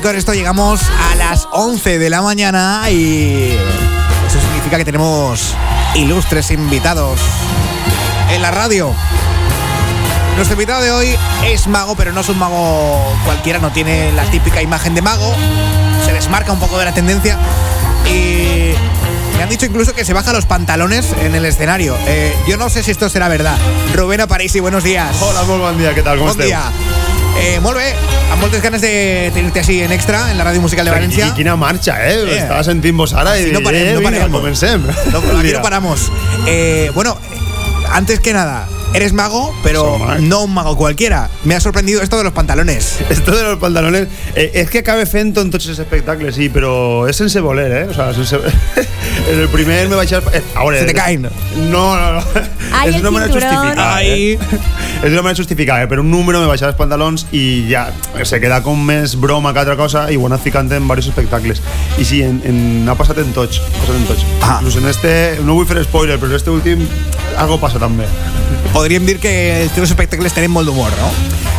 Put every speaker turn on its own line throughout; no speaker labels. con esto llegamos a las 11 de la mañana y eso significa que tenemos ilustres invitados en la radio. Nuestro invitado de hoy es mago, pero no es un mago cualquiera, no tiene la típica imagen de mago, se desmarca un poco de la tendencia y me han dicho incluso que se baja los pantalones en el escenario. Eh, yo no sé si esto será verdad. Rubén Aparici, buenos días.
Hola, molt bon dia, què tal? Com
Bon
esteu?
dia. Eh, molt bé, amb moltes ganes de tenir-te així en extra, en la Ràdio Musical de
I,
València.
I quina marxa, eh?
Eh.
eh. Estava sentint-vos ara i...
Aquí no parem,
eh,
no
vinga,
parem.
Comencem.
No,
El
aquí
dia.
no paramos. Eh, bueno, eh, antes que nada, eres mago, pero
Soy mago.
no un mago cualquiera. Me ha sorprendido esto de los pantalones.
Esto de los pantalones eh, és que acabe fent en tots els espectacles, sí, però és sense voler, eh? O sea, sense... en el primer me vaig... Eh, a veure,
Se te caen.
No, no, no.
Ai,
és
el
una manera
cinturón.
justificada.
Ai.
Eh? És una manera justificada, eh? per un número me baixava els pantalons i ja eh, se queda com més broma que altra cosa i ho he anat ficant en diversos espectacles. I sí, en, en, ha passat en tots, ha passat en tots.
Ah.
Inclús en este, no vull fer spoiler, però en este últim algo passa també.
Podríem dir que els teus espectacles tenen molt d'humor, no?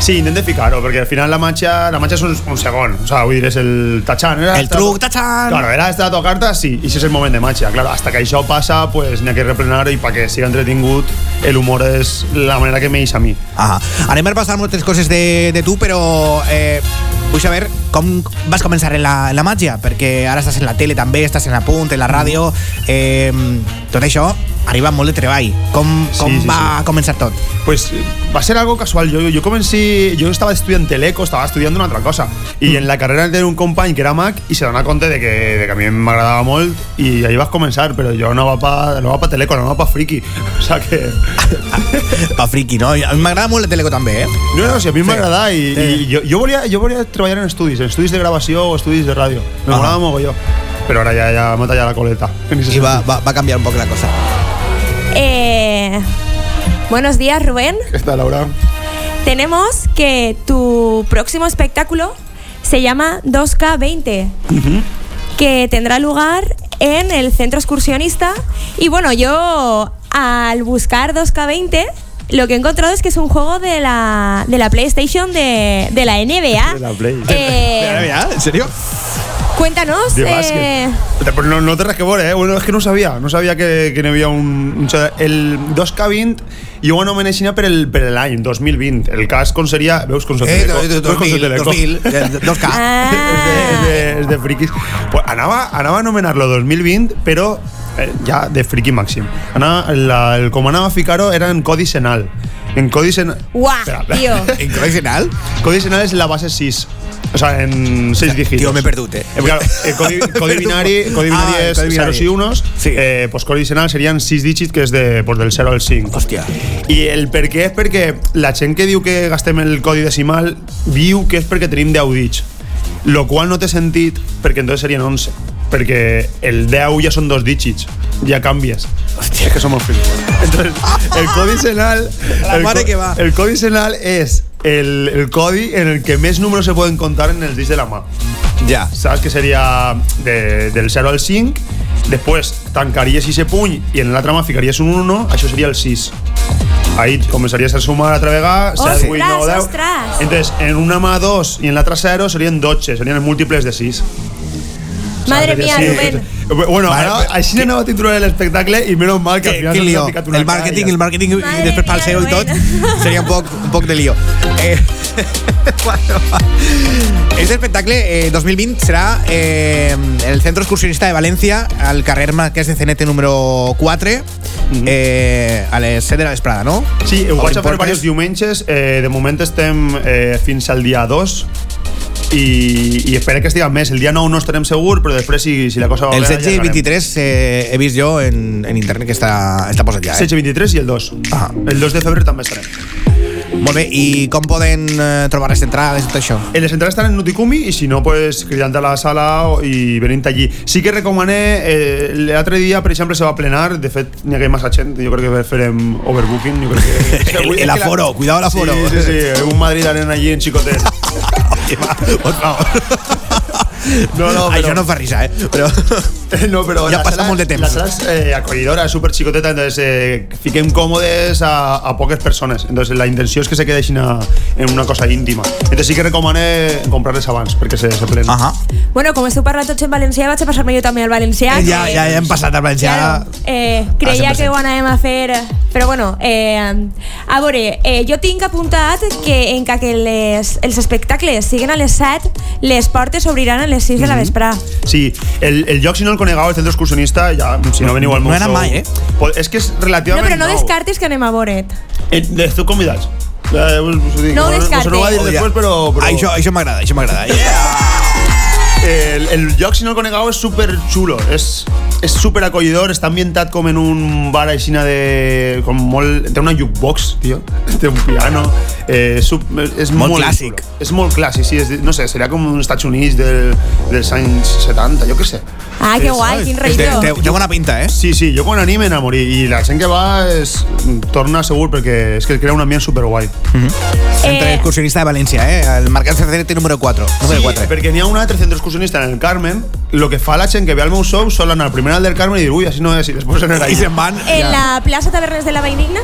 Sí, intentem ficar-ho, perquè al final la manxa, la manxa és un, un segon. O sea, vull dir, és el tachan. Era
El truc, tachan.
Claro, era hasta tocar-te, sí, i això és el moment de manxa. Claro, hasta que això passa, pues n'hi ha que replenar i perquè siga entretingut, el humor és la manera que m'eix a mi.
Ah, anem a passar moltes coses de, de tu, però eh, vull saber com vas començar en la, en la màgia, perquè ara estàs en la tele també, estàs en la punt, en la ràdio, eh, tot això arriba amb molt de treball. Com,
Sí,
com
sí,
va
sí.
començar tot?
Pues eh, va a ser algo casual. Yo, yo comencé, yo estaba estudiando teleco, estaba estudiando una otra cosa. Y
Mm.
en la carrera tenía un compañero que era Mac y se dona cuenta de que, de que a mí me agradaba molt y ahí vas a comenzar, pero yo no va para no va pa teleco, no va para friki. O sea que...
Pa friki, no? A mi m'agrada molt la teleco també, eh?
No, no, si a mí me agradaba y,
Sí.
y yo, yo, volía, yo volía a trabajar en estudios, en estudios de grabación o estudios de radio. Me
Ajá.
molaba mogollón. Pero ahora ya, ya me ha tallado la coleta. En ese
I va,
sentido.
va, va canviar un poc la cosa.
Eh, buenos días, Rubén.
Está Laura.
Tenemos que tu próximo espectáculo se llama 2K20, que tendrá lugar en el centro excursionista. Y bueno, yo al buscar 2K20, lo que he encontrado es que es un juego de la, de la PlayStation de, de la NBA.
De la Play.
Eh,
Mira, mira, ¿En serio?
cuéntanos.
De
eh,
básquet. Pero no, no "Ah, te resquebores, ¿eh? Bueno, es que no sabía. No sabía que, que no había un... un xa- el 2K20 i ho anomena així per el, per l'any, 2020. El cas com seria... Veus com se
Eh,
teleco?
do- do-
Veus com se
2000,
teleco?
2000, eh, 2K.
ah,
és, de, és, de, és de friquis. Pues anava, anava a anomenar-lo 2020, però eh, ja de friqui màxim. Anava, la, el, com anava a ficar-ho era en codi senal. En codi senal...
guau,
Espera.
tío.
¿Incondicional?
Codi senal és la base 6. O sea, en 6 dígitos.
Tío, me perdut, eh.
Eh, claro, el codi, codi binari, codi binari
Ah, el
és
codi binari.
0 i 1,
Sí.
eh, pues codi senal serien 6 dígits, que és de, pues del 0 al 5.
Hòstia.
I el per què és perquè la gent que diu que gastem el codi decimal diu que és perquè tenim 10 dits, lo qual no té sentit perquè entonces serien 11, perquè el 10 ja són dos dígits, ja canvies. Hòstia, que som els fills. Entonces, el codi senal...
La
el
mare
co-
que va.
El codi senal és el, el codi en el que més números se poden contar en els dits de la mà.
Ya.
Saps que seria de, del 0 al 5, després tancaries ese puny i en l'altra mà ficaries un 1, això seria el 6. Ahí començaries a sumar altra vegada, 7, 8, 9, 10.
Ostres!
Entonces, en una mà 2 i en l'altra 0 serien 12, serien els múltiples de 6. Ah,
Madre mía, Rubén.
Bueno,
Vale,
ara,
però-
així anava a titular l'espectacle i menys mal que al
Qué,
final
qué
no ens
lío.
ha ficat una
El marketing,
cara.
el marketing
Madre
y después
mía,
palseo y todo.
Rubén.
Sería un poco, un poc de lío. Eh, bueno, este espectáculo eh, 2020 será eh, en el Centro Excursionista de Valencia, al carrer Marqués de Cenete número 4, eh, a les 7 de la vesprada, no?
Sí, ho
Obrim
vaig a fer
portes.
diversos diumenges. Eh, de moment estem eh, fins al dia 2 i, i espero que estiguen més. El dia 9 no estarem segur, però després si, si la cosa va
El
bé...
16 i 23 eh, he vist jo en, en internet que està, està posat ja. Eh?
16 i 23 i el 2.
Ah.
El 2 de febrer també estarem.
Molt bé, i com poden eh, trobar les entrades i tot això?
Eh, Les entrades estan en Nuticumi i si no, pues, cridant a la sala o- i venint allí. Sí que recomané, eh, l'altre dia, per exemple, se va plenar, de fet n'hi hagué massa gent, jo crec que farem overbooking, jo crec que...
El- el
És que la-
aforo, cuidado el aforo.
Sí, sí, sí, un Madrid Arena allí en xicotet.
Por favor.
No, no,
Ay,
pero-
yo no fa risa, ¿eh? Pero...
No, però
Ja
la
passem
sala-
molt de temps.
La sala és eh, acollidora, és superxicoteta, entonces eh, fiquem còmodes a, a poques persones. Entonces la intenció és que se quedeixin a, en una cosa íntima. Entonces sí que recomane comprar-les abans, perquè se, se plena.
Ajá.
Bueno, com esteu parlant tots en valencià, vaig a passar-me jo també al valencià.
Eh, Ja,
que-
ja, ja hem passat al valencià.
Claro, eh, creia
100%.
que ho anàvem a fer, però bueno, eh, a veure, eh, jo tinc apuntat que en ca que les, els espectacles siguin a les 7, les portes s'obriran a les 6
Mhm.
de la vesprà.
Sí, el, el lloc, si no el conegueu, el centre excursionista, ja, si no veniu al
No
meu
he anat
show,
mai, eh?
pot- És que és
No,
relativament
però no
nou.
descartes que anem a veure't.
Eh, esteu convidats. Eh, us, us ho dic,
No ho
us- us
descartes.
ho va dir
Oh, ja.
després, però... però...
Això, això m'agrada, això m'agrada.
El, el lloc, si no el conegau, és super xulo. És, és super acollidor, està ambientat com en un bar aixina de... Com molt, té una jukebox, tio. Té un piano. Eh, és, sup- és
Molt
molt,
clàssic.
xulo. És molt clàssic, sí. És, de- no sé, seria com uns Estats Units del, dels anys 70, jo què sé.
Ah, que
És-
guai, quin
Té,
reïdor.
té, té bona pinta, eh?
Sí, sí, jo quan anime enamoré i la gent que va es, torna segur perquè és que crea un ambient super guai.
Entre
Eh,
excursionista de Valencia, eh? El Mercat Cercete número 4. Número 4.
perquè n'hi ha un altre centre excursionista en el Carmen, lo que fa la gent que ve al meu show sol anar primer al del Carmen i dir, ui, així no és, i després anar
I
allà.
se'n van...
en la plaça Tavernes de la Vainigna,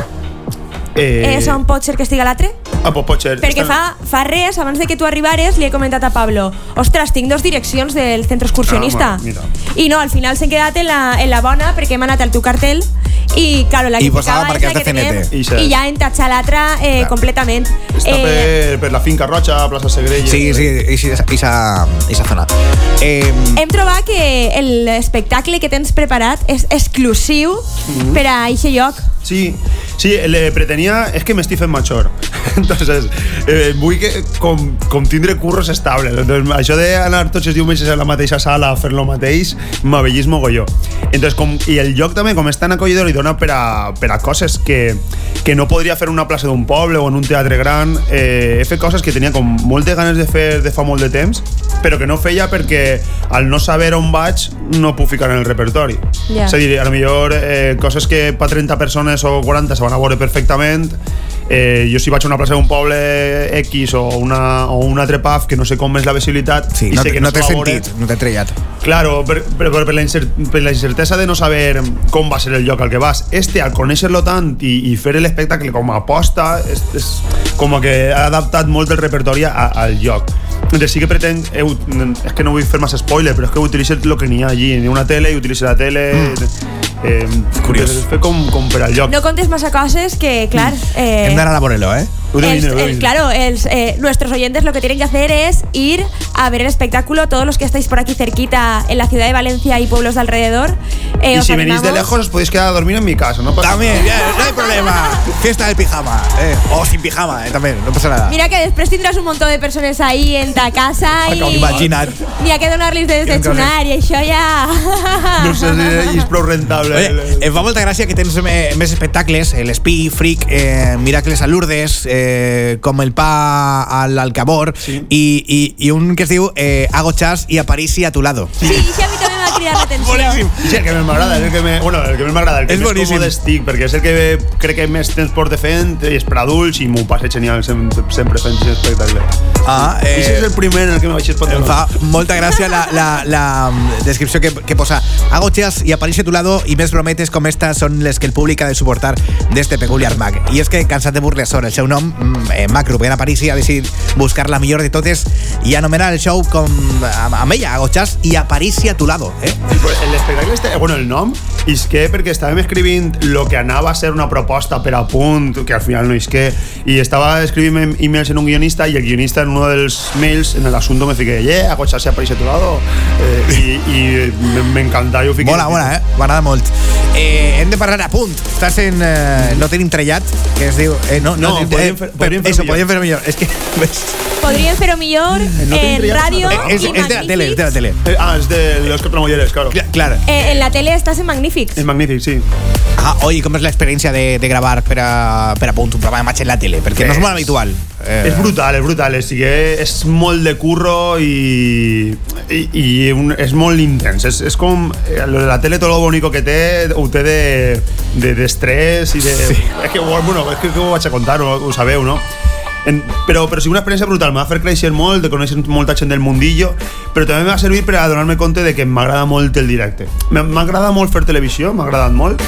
eh,
Eh,
és on pot ser que estigui l'altre?
Ah, pues pot ser.
Perquè fa, fa res, abans de que tu arribares, li he comentat a Pablo ostres, tinc dos direccions del centre excursionista.
Ah, bueno, mira.
I no, al final s'han quedat en la, en la bona perquè hem anat al tu cartell i, claro, la que
I posava
tocava és la
marcat
que
de
tenem.
CNT.
I ja és.
I ja hem tatxat l'altra eh, completament.
Està
Eh,
per, per la finca Rocha, plaça Segrella.
Sí, sí, esa, esa, esa zona. Eh,
hem trobat que l'espectacle que tens preparat és exclusiu
Mm.
per a aquest lloc.
Sí, sí, le pretenia... És que m'estic fent major. Entonces, eh, vull que com, com tindre curros estable. Entonces, això d'anar tots els diumenges a la mateixa sala a fer lo mateix, m'abellís mogolló. Entonces, com, I el lloc també, com és tan acollidor i dona per a, per a coses que, que no podria fer en una plaça d'un poble o en un teatre gran, eh, he fet coses que tenia com moltes ganes de fer de fa molt de temps, però que no feia perquè al no saber on vaig no puc ficar en el repertori.
Ja.
És a dir, dir, a lo millor eh, coses que per 30 persones o 40 se van a veure perfectament eh, jo si vaig a una plaça d'un poble X o, una, o un altre pub que no sé com és la visibilitat
sí,
i
no,
sé que
no
se
t'he
va veure-
sentit, no t'he trellat.
Claro, per, per, per, per, la incer- per la incertesa de no saber com va ser el lloc al que vas. Este, al conèixer-lo tant i, i fer l'espectacle com a aposta, és, és com a que ha adaptat molt el repertori a, al lloc. Entonces, sí que pretenc... He, ut- és que no vull fer massa spoiler, però és que utilitzo el que n'hi ha allí. N'hi ha una tele i utilitzo la tele... Mm. Eh,
curiós.
entonces, Fer com, com per al lloc.
No contes massa coses que, clar... Eh,
Mm. Hem d'anar a Morelo, eh?
Lo tengo
El-
dinero, lo
el-
tengo
claro, el- eh, nuestros oyentes lo que tienen que hacer es ir a ver el espectáculo, todos los que estáis por aquí cerquita en la ciudad de Valencia y pueblos de alrededor. eh,
y
os
si venís de
animamos.
lejos os podéis quedar a dormir en mi casa, Pues ¿no? pasa
También, ya, no hay problema. Fiesta del pijama, eh. O sin pijama, eh, también, no pasa nada.
Mira que después tendrás un montón de personas ahí en ta
Ah,
casa y...
Imagina't.
Ni a que donarles
Quin
desde
cosa.
Chunar y eso ya...
eh. No sé si es pro rentable.
Oye, em fa molta gràcia que tens eh, més espectacles, el Spi, Freak, eh, Miracles a Lourdes, eh, com el pa al Alcabor,
Sí.
i, i, i un que es diu eh, Hago chas i a París i a tu lado.
Sí, y a mí también me ha criado la atención.
Boníssim.
Sí, el que més m'agrada, és el que me, bueno, el que més m'agrada, el que
És
més
boníssim.
còmode estic, perquè és el que crec que més temps porte fent, i és per adults, i m'ho passe genial sempre, sempre fent aquest espectacle.
Ah,
Eh, I si és el primer en el que me vaig
Em
espantar.
fa molta gràcia la, la, la mm, descripció que, que posa Hago chas i apareix a tu lado i més brometes com estas són les que el públic ha de suportar d'este peculiar Mac. I és que, cansat de burles sobre el seu nom, mm, eh, Mac Rubén Aparís ha decidit buscar la millor de totes i anomenar el show com, amb, amb ella, Hago chas i apareix a tu lado. Eh?
L'espectacle este, bueno, el nom, és que perquè estàvem escrivint lo que anava a ser una proposta per a punt, que al final no és que, i estava escrivint em- emails en un guionista i el guionista en uno dels mails, en el asunto me fiqué, eh, a cotxar se apareix a tu lado, eh, i, i m'encanta, jo fiqué...
Mola, mola, eh? M'agrada molt. Eh, hem de parlar a punt. Estàs en... Eh, no tenim trellat, que es diu... Eh, no,
No,
no, tenim-
podríem fer-
eh,
podríem fer
Eso,
millor.
podríem fer millor. És que... ves, eh,
Podrían pero mejor
No
en
tendrías
radio
nada.
y
és, és de la tele, és de la tele.
Eh, ah, és de los que promoyeres, claro.
Cla- Clar.
Eh, en la tele estás en Magnifics.
És magnífic, sí.
Ah, oye, ¿cómo es la experiencia de, de grabar per a, per a punt un programa de match en la tele? Perquè no és molt habitual. Eh,
És brutal, és brutal. És, que és molt de curro i, i, i un, és molt intens. És, és com... eh, Lo de la tele, tot lo bonico que té, ho té de- de- d'estrès de, i de... Sí. És que, bueno, és que ho vaig a contar, ho, ho sabeu, no? En- però, però sí una experiència brutal, m'ha fer créixer molt, de conèixer molta gent del mundillo, però també m'ha servit per a donar-me compte de que m'agrada molt el directe. M'ha- M'agrada molt fer televisió, m'ha agradat molt,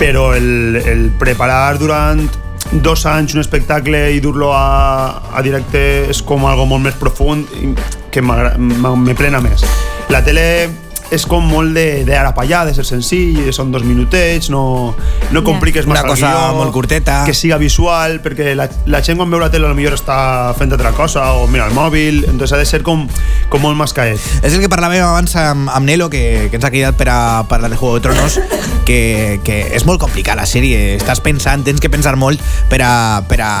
però el, el preparar durant dos anys un espectacle i dur-lo a, a directe és com algo molt més profund i que m'agra- m'a- me plena més. La tele és com molt de, de ara pa allà, de ser senzill, són dos minutets, no, no
Ja.
compliques més
Una cosa molt curteta.
Que siga visual, perquè la, la gent quan veu la tele potser està fent altra cosa o mira el mòbil, entonces ha de ser com, com molt més caet.
És el que parlàvem abans amb, amb Nelo, que, que ens ha cridat per a parlar de Juego de Tronos, que, que és molt complicat la sèrie. Estàs pensant, tens que pensar molt per a, per a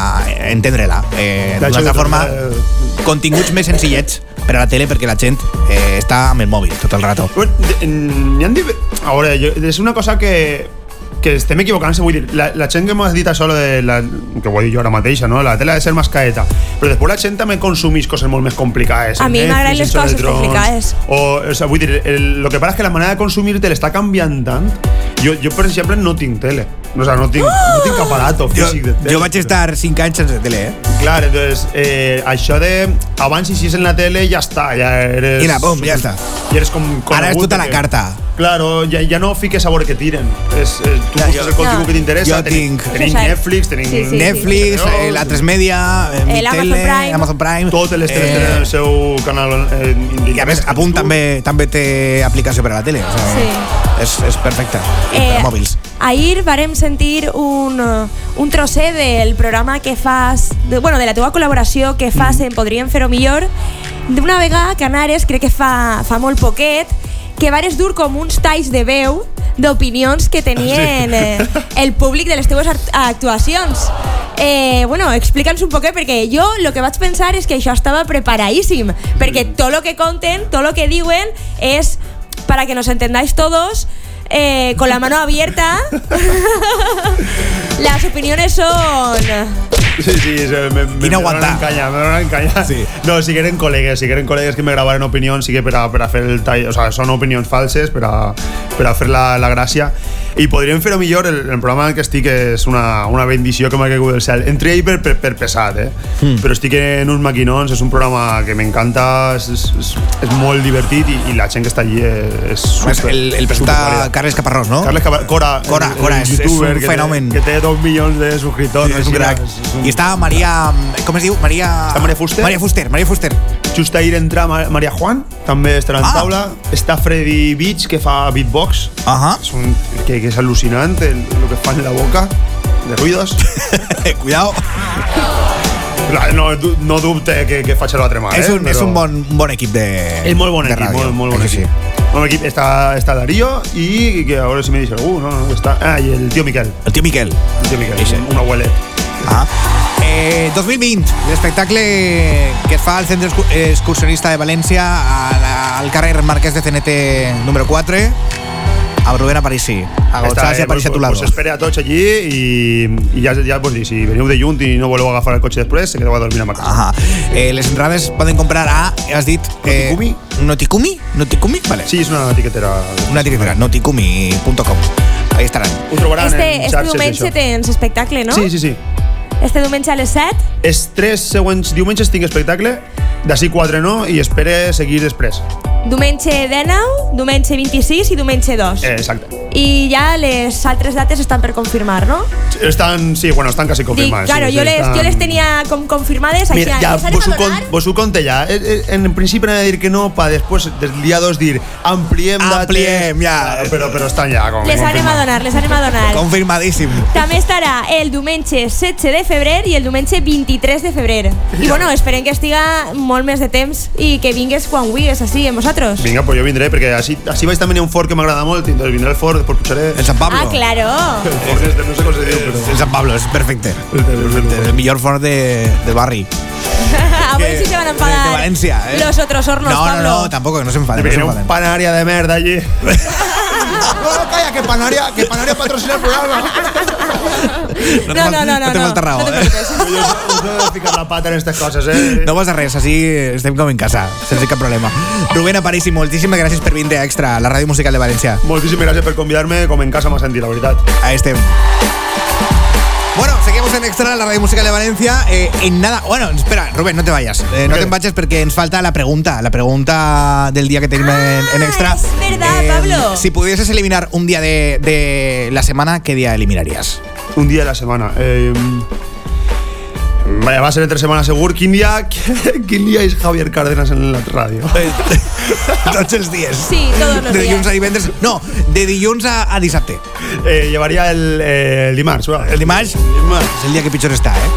entendre-la. Eh,
De
D'una
hecho,
altra forma,
eh,
continguts més senzillets per a la tele perquè la gent eh, està amb el mòbil tot el rato.
Bueno, de- en- n'hi han div- A veure, jo, és una cosa que que estem equivocant-se, vull dir, la, la gent que m'has dit això de la, que ho he dit jo ara mateixa, no? la tele ha de ser més caeta, però després la gent també consumís coses molt més complicades.
A
en
mi
Netflix,
m'agraden
en
les
Juego de
coses
Trons,
complicades.
¿eh? O, o sea, vull dir, el, lo que passa és que la manera de consumir tele està canviant tant. Jo, jo per exemple, no tinc tele. O sea, no tinc, no tinc aparato
Jo,
físic de tele.
jo vaig estar 5 anys sense tele, eh?
Clar, entonces, eh, això de... Abans si és en la tele ja està, ja eres...
Mira, bum, ja està.
Ja eres com...
Ara és
conegut
tota la
que-
carta.
Claro, ja, ja no fiques a veure què tiren. És, és, tu
Ja,
busques
jo-
el contingut
No.
que t'interessa.
Jo
tenim-
tinc-
Tenim
Sí, sí.
Netflix, tenim...
Sí, sí, sí.
Netflix,
Videos,
eh, la 3 Media, eh, mi
El Amazon
tele,
Prime.
Amazon Prime... eh,
Tot el estrès tenen el seu canal... Eh,
I a més, a punt també, també té aplicació per a la tele. O sigui,
Sí.
és, és perfecta. Eh,
Eh,
per a mòbils.
Ahir vàrem sentir un, eh, un trosset del programa que fas, de, bueno, de la teva col·laboració que fas en Podríem fer-ho millor, d'una vegada que Anares, crec que fa, fa molt poquet, que vares dur com uns talls de veu d'opinions que tenien
Sí.
eh, el públic de les teves art- actuacions. Eh, bueno, explica'ns un poquet perquè jo el que vaig pensar és que això estava preparadíssim, perquè tot lo que conten, tot lo que diuen és para que nos entendáis todos, eh, con la mano abierta. Las opiniones son.
Sí, sí, sí me, me,
Quina aguantar.
Me van a encallar, me van a encallar.
Sí.
No, si que eren col·legues, si que eren col·legues que me gravaven opinions, sí que per a, per a fer el tall, o sea, són opinions falses per a, per a fer la, la gràcia. I podríem fer-ho millor, el, el programa en el que estic és una, una bendició que m'ha caigut del cel. Entré ahir per, per, per pesat, eh?
Hmm.
Mm. Però estic en uns maquinons, és un programa que m'encanta, és, és, és, és molt divertit i, i la gent que està allí és, és
A més,
super,
el, el presenta
superqualidad.
Carles Caparrós, no?
Carles Cabal, Cora,
Cora,
el- el
Cora, és- és un
que
fenomen.
Té, que té dos milions de subscriptors.
és un
així,
crac.
és un-
I està Maria... Com es diu? Maria...
Està Maria Fuster?
Maria Fuster, Maria Fuster.
Just ahir entra Ma- Maria Juan, també estarà en
Ah.
taula. Està Freddy Beach, que fa beatbox.
Ahà.
És un, que, que és al·lucinant el, el que fa en la boca, de ruidos.
Cuidao.
Clar, no, du- no dubte que, que faig l'altre mal,
és,
eh?
un, és un bon, un bon equip de
És molt bon
de
equip,
ràdio.
molt, molt bon
Això
equip. Bon equip. Està, està Darío i, que a veure si me dice algú, no, no, està... Ah, i el tio Miquel.
Sí. El tio Miquel.
El tio Miquel,
Eixe.
un abuelet.
Ah. Eh, 2020, l'espectacle que es fa al Centre Excu- Excursionista de València a la- al carrer Marquès de CNT número 4 a Rubén Aparici. A
Està
Gotzals
bé,
i Aparici a tu
pues-
lado.
Pues espere a tots allí i, i ja, ja pues, dir, si veniu de junt i no voleu agafar el cotxe després, se quedeu a dormir a Marca.
Ajá. Eh, les entrades poden comprar a, has dit... Eh,
Noticumi.
Noticumi? Noticumi? Vale.
Sí, és una etiquetera.
Una etiqueta, noticumi.com. Ahí estarán.
Ho trobaran
Este,
en
este
xarxes,
diumenge
això.
tens espectacle, no?
Sí, sí, sí.
Este diumenge a les 7.
Els tres següents diumenges tinc espectacle, d'ací quatre no, i espere seguir després.
Diumenge 19, diumenge 26 i diumenge 2.
Eh, exacte.
I ja les altres dates estan per confirmar, no?
Estan, sí, bueno, estan quasi
Dic,
confirmades.
claro,
sí,
jo,
sí,
les,
estan...
jo les tenia com confirmades, així
Mira, ja,
les
vos
anem
ho,
a
con,
donar.
vos ho conté ja. Eh, eh, En principi anava a dir que no, pa després del dia dos dir ampliem dates.
Ampliem, ja.
Claro, Però, però estan ja com
Les anem a
confirmades.
donar, les anem a donar.
Confirmadísimo.
També estarà el diumenge 16 de febrer i el diumenge 23 de febrer. I bueno, esperem que estiga molt més de temps i que vingues quan vulguis, així, amb vosaltres.
Vinga, pues jo vindré, perquè així, així vaig també a un fort que m'agrada molt, i doncs vindré al fort, després pujaré...
En San Pablo.
Ah, claro.
El fort este, no sé com se diu, però...
En San Pablo, es perfecte. El millor fort de, del barri.
A ver si se van a enfadar
De Valencia, ¿eh?
los otros hornos,
No,
Pablo.
no, no, tampoco, que no se enfaden. No se
Tiene un
enfaden.
panaria de merda allí. no, calla, que panaria, que panaria patrocina el programa.
te
No,
fal-
no, no,
te
no,
falta
no,
raó,
no te
eh?
preocupes.
Yo no de picar la pata en estas cosas, eh.
No passa res, així estem com en casa, sense cap problema. Rubén Aparici, moltíssimes gràcies per vindre a Extra, la ràdio musical de València.
Moltíssimes gràcies per convidar-me, com en casa m'ha sentit, la veritat.
Ahí estem. este Bueno, seguim Seguimos en Extra, la Radio Música de Valencia. eh, en nada. Bueno, espera, Rubén, no te vayas. Eh, no
Ok.
te empaches porque nos falta la pregunta. La pregunta del día que tenemos en, en
Ah,
Extra. Eh,
es verdad, Pablo.
Si pudieses eliminar un día de, de la semana, ¿qué día eliminarías?
Un día de la semana. Eh, vaya, va a ser entre semana seguro. ¿Quién día, quién día es Javier Cárdenas en la radio?
Tots 10.
Sí, todos los
De
días.
dilluns a divendres. No, de dilluns a, a dissabte.
Eh, llevaría el, eh, el dimarts, va.
El dimarts
El
és
dimarts.
el dia que pitjor està, eh?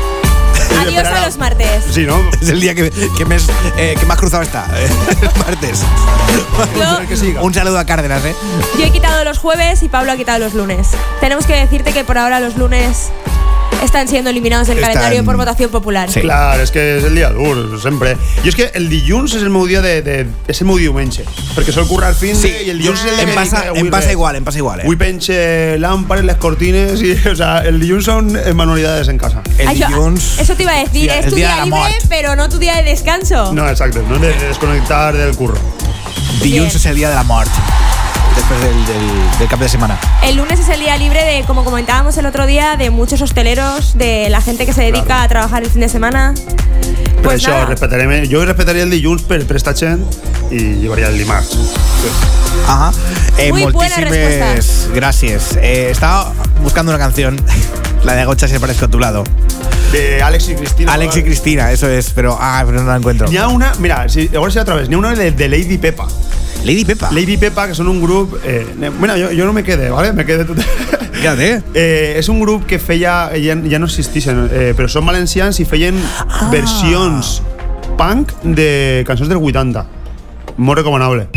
Adiós a los martes.
Sí, ¿no?
És el dia que, que, més, eh, que más cruzado està. eh, El martes. Ah.
Yo,
Que siga.
Un saludo a Cárdenas, eh?
yo he quitado los jueves y Pablo ha quitado los lunes. Tenemos que decirte que por ahora los lunes están siendo eliminados del
Están-
calendario por votación popular.
Sí.
Clar, és que és el dia dur, sempre. I és que el dilluns és el meu dia de... de és el meu diumenge, perquè sol currar fin de, i el dilluns és el dia
em
que
passa,
dic, eh,
em
avui
passa
res.
igual, em passa igual, eh?
Avui penxe làmpares, les cortines i... O sea, el dilluns són eh, manualidades en casa.
El
Ay, yo-
dilluns...
eso te iba a decir,
Hòstia,
es
el
tu
dia
día
de la
libre,
mort.
pero no tu día de descanso.
No, exacte, no hem de desconnectar del curro.
Dilluns
Bien.
és el dia de la mort. Després del, del, del cap de setmana.
El lunes es el día libre de, como comentábamos el otro día, de muchos hosteleros, de la gente que se dedica
Claro.
a trabajar el fin de semana.
Per
Pues
això,
nada.
respectarem, jo respectaria el dilluns per, per estar gent i llevaria el dimarts.
Ajá. Eh,
Muy buena respuesta.
gracias. Eh, estaba buscando una canción. La de Gocha se parezco a tu lado.
De Àlex i Cristina.
Alex y Cristina, eso es, pero, ah, pero no la encuentro.
N'hi ha una, mira, si, a veure si la trobes, n'hi ha una de, de Lady Pepa.
Lady Pepa.
Lady Pepa, que son un grupo. eh, ne- bueno, yo, yo no me quedé, ¿vale? Me quedé. tot-
Fíjate.
Eh, es un grupo que feia, ya, ya no existixen, eh, però són valencians i feien versions punk de canciones del 80. Muy recomendable.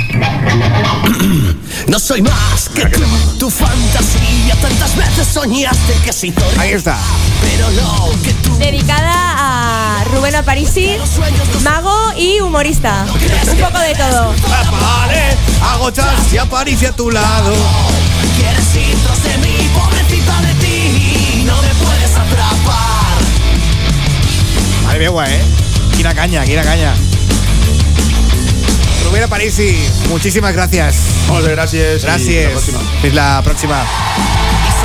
No soy más que tú, tu fantasía. Tantas veces soñaste que si torna,
Ahí está.
pero no que tú
Dedicada a Rubén Aparici, mago y humorista. Un poco de todo.
Vale, a Gocha se aparece a tu lado.
quieres ir tras de mí, pobrecita de ti. No me puedes atrapar.
Madre mía, guay, eh. Quina caña, quina caña. Rubén Aparici, muchísimas gracias.
Moltes gràcies. i fins
Gracias.
la pròxima.
Es la próxima.